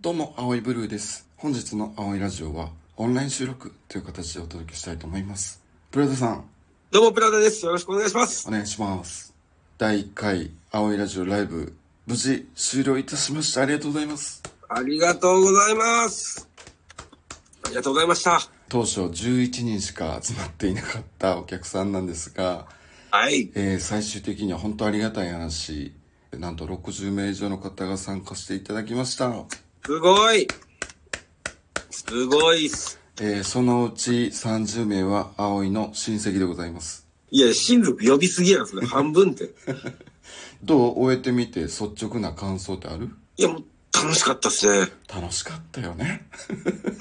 どうも、青いブルーです。本日の青いラジオは、オンライン収録という形でお届けしたいと思います。プラダさん、どうも、プラダです。よろしくお願いします。お願いします。第1回、青いラジオライブ、無事終了いたしました。ありがとうございます。ありがとうございます。ありがとうございました。当初11人しか集まっていなかったお客さんなんですが、はい。えー最終的には本当ありがたい話、なんと60名以上の方が参加していただきました。すごい。すごいっす。えーそのうち30名は葵の親戚でございます。いや、親族呼びすぎや ろ、それ。半分って。どう終えてみて率直な感想ってあるいや、もう、楽しかったっすね。楽しかったよね。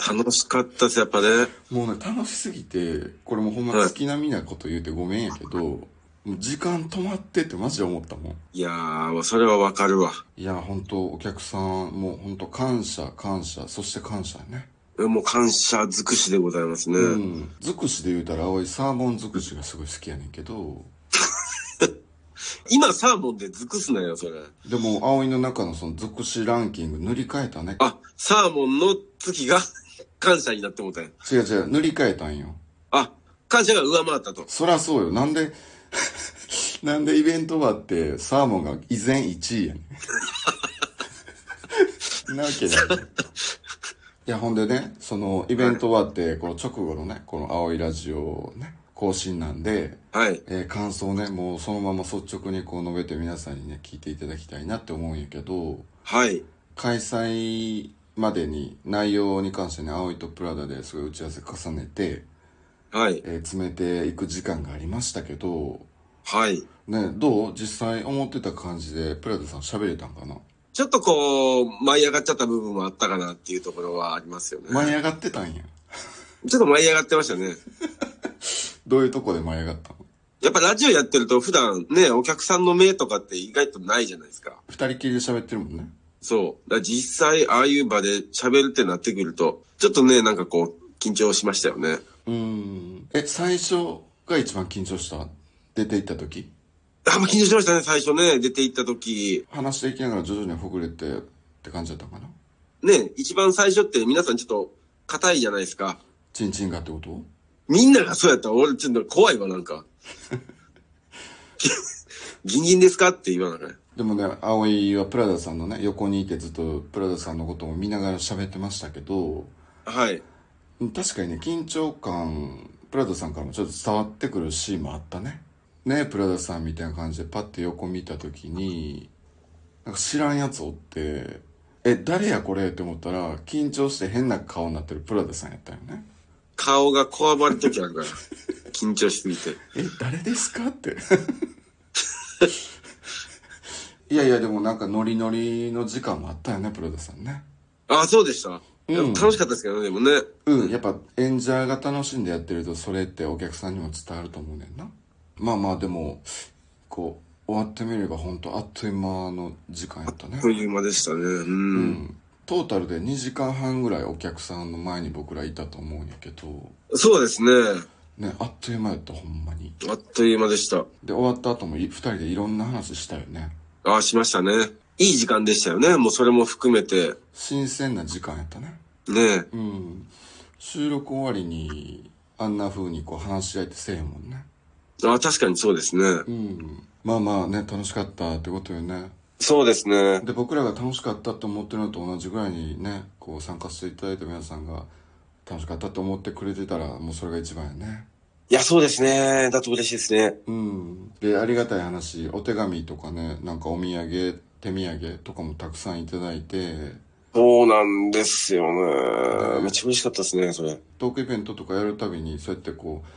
楽しかったっす、やっぱね。もうね、楽しすぎて、これもうほんま月並みなこと言うてごめんやけど、もう時間止まってってマジで思ったもん。いやー、それはわかるわ。いや、本当お客さんも本当感謝、感謝、そして感謝ね。もう感謝尽くしでございますね。うん。尽くしで言うたら葵サーモン尽くしがすごい好きやねんけど、今、サーモンで尽くすなよ、それ。でも葵の中のその尽くしランキング塗り替えたね。あ、サーモンの月が 感謝になってもうたんや違う違う、塗り替えたんよ。あ、感謝が上回ったと。そらそうよ。なんで、 なんでイベント終わって、サーモンが依然1位やねん。 なわけない。いや、ほんでね、その、イベント終わって、この直後のね、この青いラジオね、更新なんで、はい。えー感想をね、もうそのまま率直にこう述べて皆さんにね、聞いていただきたいなって思うんやけど、はい。開催までに内容に関してね、青いとプラダですごい打ち合わせ重ねて、はい。えー詰めていく時間がありましたけど、はい。ねどう実際思ってた感じでプラダさん喋れたんかなちょっとこう、舞い上がっちゃった部分もあったかなっていうところはありますよね。舞い上がってたんやちょっと舞い上がってましたね。どういうとこで舞い上がったのやっぱラジオやってると普段ね、お客さんの目とかって意外とないじゃないですか。二人きりで喋ってるもんねそう。だから実際ああいう場で喋るってなってくると、ちょっとね、なんかこう、緊張しましたよね。うーんえ最初が一番緊張した出て行った時あ、まあ緊張しましたね、最初ね、出て行った時。話していきながら徐々にほぐれてって感じだったのかなね、一番最初って皆さんちょっと硬いじゃないですか。チンチンがってことみんながそうやったら俺ちょっと怖いわ、な んか。ギンギンですかって言わなきゃ。でもね葵はプラダさんのね横にいてずっとプラダさんのことも見ながら喋ってましたけどはい。うん確かにね緊張感プラダさんからもちょっと伝わってくるシーンもあったねねプラダさんみたいな感じでパッて横見た時になんか知らんやつおって「え誰やこれ?」って思ったら緊張して変な顔になってるプラダさんやったよね顔がこわばるときあるから。緊張しすぎて。 「え誰ですか?」っていやいやでもなんかノリノリの時間もあったよねプラダさんねあ、そうでした。うん楽しかったですけどね、でもね。うん、やっぱ演者が楽しんでやってるとそれってお客さんにも伝わると思うねんなまあまあでもこう終わってみれば本当あっという間の時間やったねという間でしたね。うん。うんトータルで2時間半ぐらいお客さんの前に僕らいたと思うんやけどそうですね。ねあっという間やったほんまにあっという間でした。で終わった後もい2人でいろんな話したよねあ、しましたね。いい時間でしたよね。もうそれも含めて。新鮮な時間やったねねうん収録終わりにあんな風にこう話し合えてせえへんもんねあ、確かにそうですね。うんまあまあね楽しかったってことよねそうですね。で僕らが楽しかったと思ってるのと同じぐらいにねこう参加していただいた皆さんが楽しかったと思ってくれてたらもうそれが一番やねいや、そうですね。だと嬉しいですね。うんでありがたい話お手紙とかねなんかお土産手土産とかもたくさんいただいてそうなんですよね。めっちゃ嬉しかったですね、それ。トークイベントとかやるたびにそうやってこう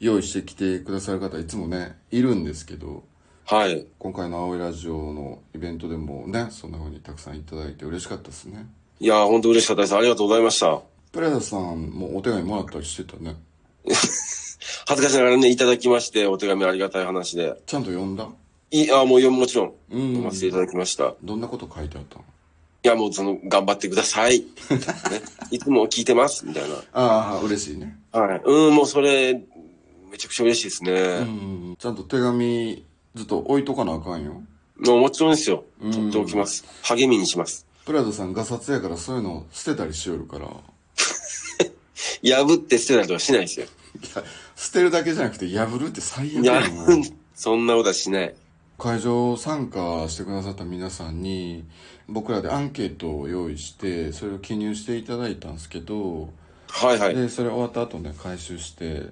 用意してきてくださる方いつもねいるんですけどはい。今回の「青いラジオ」のイベントでもねそんな風にたくさんいただいて嬉しかったですねいや、本当嬉しかったです。ありがとうございました。プラダさんもお手紙もらったりしてたね恥ずかしながらね、いただきまして、お手紙ありがたい話で。ちゃんと読んだいい、あ、もうよ、もちろん、うん読ませていただきました。いどんなこと書いてあったのや、もうその、頑張ってください。ね、 いつも聞いてます、みたいああ、嬉しいね。な。はい。うん、もうそれ、めちゃくちゃ嬉しいですね。うん。ちゃんと手紙ずっと置いとかなあかんよ。もうもちろんですよ。取っておきます。励みにします。プラダさんがさつやからそういうの捨てたりしよるから破って捨てたりとかしないですよ。捨てるだけじゃなくて破るって最悪いややもんそんなことはしない。会場参加してくださった皆さんに僕らでアンケートを用意してそれを記入していただいたんですけどはいはい。でそれ終わった後ね回収して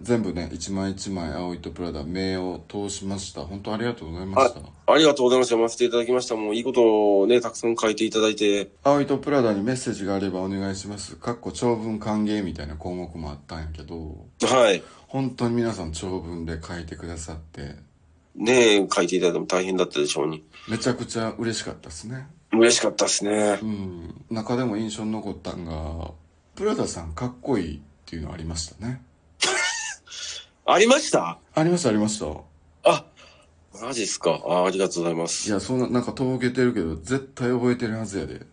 全部ね一枚一枚葵とプラダ名を通しました本当ありがとうございましたありがとうございます。読ませていただきました。もういいことをね、たくさん書いていただいて。葵とプラダにメッセージがあればお願いしますかっこ長文歓迎みたいな項目もあったんやけどはい。本当に皆さん長文で書いてくださってねえ、書いていただいても大変だったでしょうに。めちゃくちゃ嬉しかったですね嬉しかったですねう。ん中でも印象に残ったんがプラダさんかっこいいっていうのありましたねありましたありましたありましたあ、マジっすか。あありがとうございまいす。や、そんな、なんかとぼけてるけど、絶対覚えてるはずやで。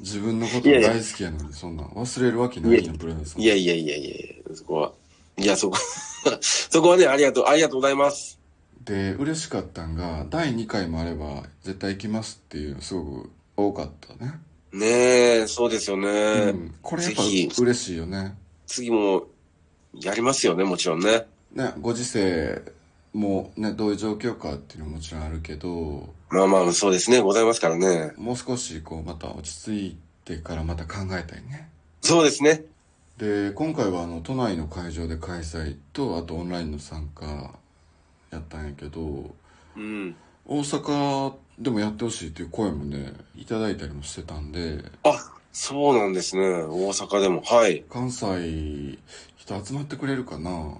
自分のこと大好きやのに、そんなん忘れるわけないやん、プレゼンさん。いやいやいやいやいやそこは。いや、そこ、 そこはね、ありがとう、ありがとうございます。で、嬉しかったんが、第2回もあれば、絶対行きますっていうの、すごく多かったね。ねえ、そうですよね。うん。これやっぱぜひ嬉しいよね。次も、やりますよね、もちろんね。ね、ご時世もね、どういう状況かっていうのももちろんあるけど、まあまあ、そうですね、ございますからね。もう少しこう、また落ち着いてからまた考えたいね。そうですね。で今回はあの都内の会場で開催とあとオンラインの参加やったんやけどうん。大阪でもやってほしいっていう声もねいただいたりもしてたんであ、そうなんですね。大阪でも。はい。関西人集まってくれるかな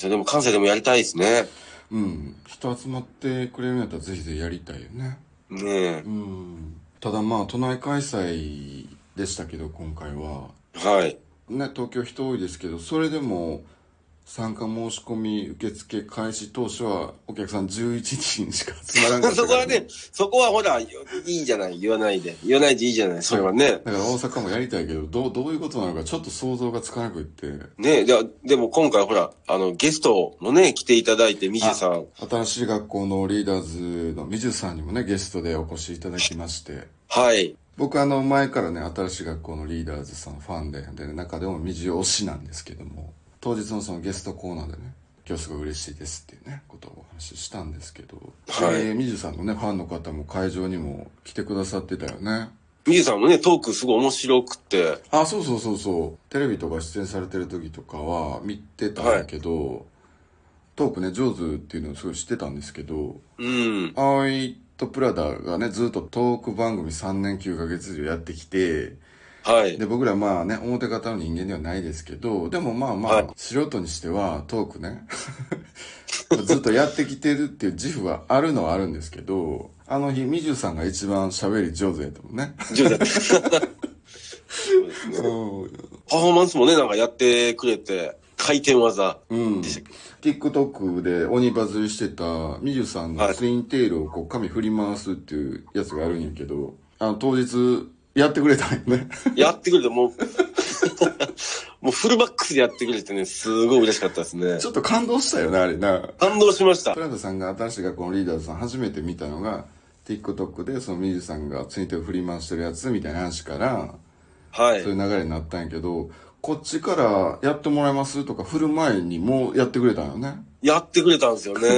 でも関西でもやりたいですね。うん人集まってくれるんやったらぜひぜひやりたいよねねうんただまあ都内開催でしたけど今回はえ。はい。ね、東京人多いですけど、それでも参加申し込み受付開始当初はお客さん11人しか集まらんかった そかこら、はね、そこはほら、いいじゃない、言わないで。言わないでいいじゃない、それはね。だから大阪もやりたいけど、どう、どういうことなのかちょっと想像がつかなくって、ねえ、ででも今回ほら、あの、ゲストもね、来ていただいて、みじさん。新しい学校のリーダーズのみじゅさんにもね、ゲストでお越しいただきまして、はい。僕あの前からね、新しい学校のリーダーズさんファンで、で、中でもみじゅ推しなんですけども、当日のそのゲストコーナーでね、今日すごい嬉しいですっていうね、ことをお話ししたんですけど、はいえーみじゅさんのね、ファンの方も会場にも来てくださってたよね。みじさんもね、トークすごい面白くて。あ、そうそうそうそう。テレビとか出演されてる時とかは見てたんだけど、トークね、上手っていうのをすごい知ってたんですけど、うん。葵とプラダがね、ずっとトーク番組3年9ヶ月以上やってきて、はい。で、僕らまあね、表方の人間ではないですけど、でもまあまあ、はい素人にしてはトークね、 ずっとやってきてるっていう自負はあるのはあるんですけど、あの日、みじゅさんが一番喋り上手やったもんね。上 手だったそうですね。うパフォーマンスもね、なんかやってくれて、回転技。ん。でしたっけ TikTok で鬼バズりしてたみじゅさんのツインテールをこう髪振り回すっていうやつがあるんやけど、あの当日やってくれたんよね。 やってくれて、もう、 もうフルバックスでやってくれてね、すごい嬉しかったですねち。ょっと感動したよね、あれな。感動しましたプ。ラダさんが新しい学校のリーダーズさん初めて見たのが TikTok でそのミュージさんがツイートを振り回してるやつみたいな話からはそういうい。流れになったんやけどこっちからやってもらいますとか振る前にもうやってくれたんよねやってくれたんですよね。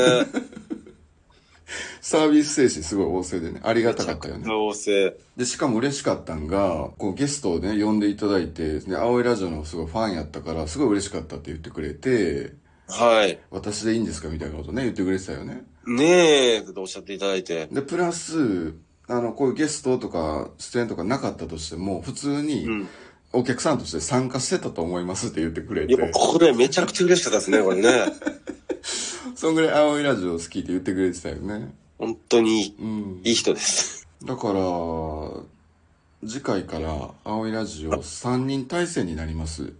サービス精神すごい旺盛でねありがたかったよねどうせ。でしかも嬉しかったんがこうゲストをね呼んでいただいてで青いラジオのすごいファンやったからすごい嬉しかったって言ってくれてはい。私でいいんですかみたいなことね言ってくれてたよねねえ、っておっしゃっていただいて。でプラスあのこういうゲストとか出演とかなかったとしても普通にんお客さんとして参加してたと思いますって言ってくれいて、や、もうこれめちゃくちゃ嬉しかったですね、これ ね。そんぐらい青いラジオ好きって言ってくれてたよね本当にうんいい人です。だから次回から青いラジオ3人体制になります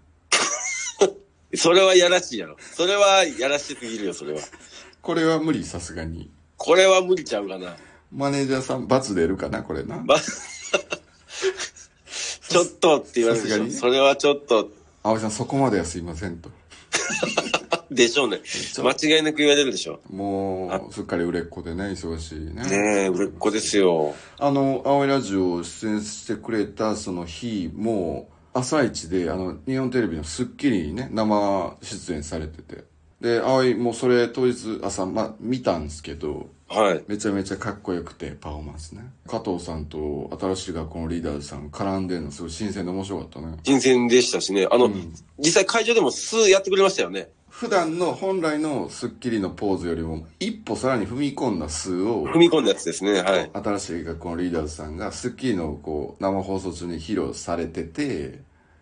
それはやらしいやろ。それはやらしすぎるよ、それは。これは無理さすがにこれは無理ちゃうかな。マネージャーさん罰出るかなこれなま、ちょっとって言われるでさすがしょ。にそれはちょっと。青井さんそこまではすいませんとでしょうね。間違いなく言われるでしょ。もう、すっかり売れっ子でね、忙しいね。ねえ、売れっ子ですよ。あの、青いラジオを出演してくれたその日も、朝一で、あの、日本テレビのスッキリにね、生出演されてて。で、青い、もうそれ当日朝、ま、見たんですけど、はい。めちゃめちゃかっこよくて、パフォーマンスね。加藤さんと新しい学校のリーダーズさん絡んでるのすごい新鮮で面白かったね。新鮮でしたしね。あの、うん実際会場でも数やってくれましたよね。普段の本来のスッキリのポーズよりも、一歩さらに踏み込んだ数を、踏み込んだやつですね。はい。新しい学校のリーダーズさんが、スッキリのこう、生放送中に披露されてて、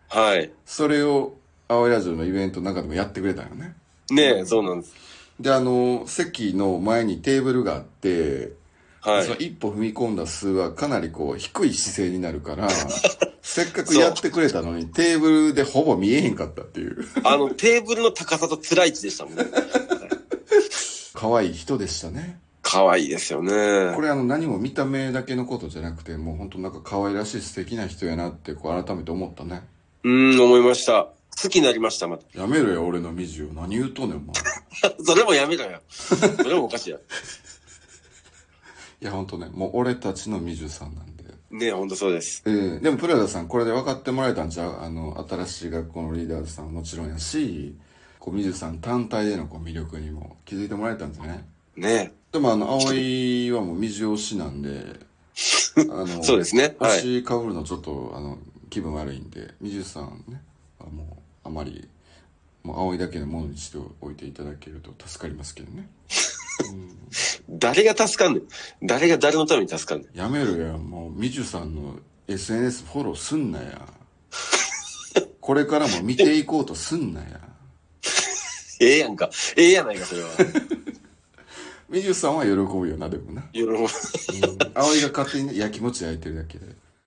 はい。それを、青いラジオのイベントの中でもやってくれたよね。ねえ、そうなんです。で、あの、席の前にテーブルがあって、はいそ。の一歩踏み込んだ数はかなりこう、低い姿勢になるから、 せっかくやってくれたのに、テーブルでほぼ見えへんかったっていう。あの、テーブルの高さと辛い位置でしたもんね。可愛い人でしたね。可愛いですよね。これあの、何も見た目だけのことじゃなくて、もう本当なんか可愛らしい素敵な人やなって、こう、改めて思ったね。うーん、思いました。好きになりました、また。 やめろよ、俺のミジを。何言うとんねん、お前。それもやめ ろよ。それもおかしいや。いや、本当ね、もう俺たちのミジュさんなんで。ねえ、ほんとそうです。ええでもプラダさんこれで分かってもらえたんちゃうあの新しい学校のリーダーズさんはもちろんやしこう水さん単体でのこう魅力にも気づいてもらえたんじゃないねでもあの葵はもう水推しなんであえ。の そうですね。はい。推しかぶるのちょっとあの気分悪いんで水さんねあもうあまりもう葵だけのものにしておいていただけると助かりますけどね誰が助かんねん。誰が誰のために助かんねん。やめろやもうみじゅさんの SNS フォローすんなやこれからも見ていこうとすんなやええやんか。ええやないか、 それは。みじゅさんは喜ぶよなでもな喜ぶ葵が勝手にねやきもち焼いてるだけで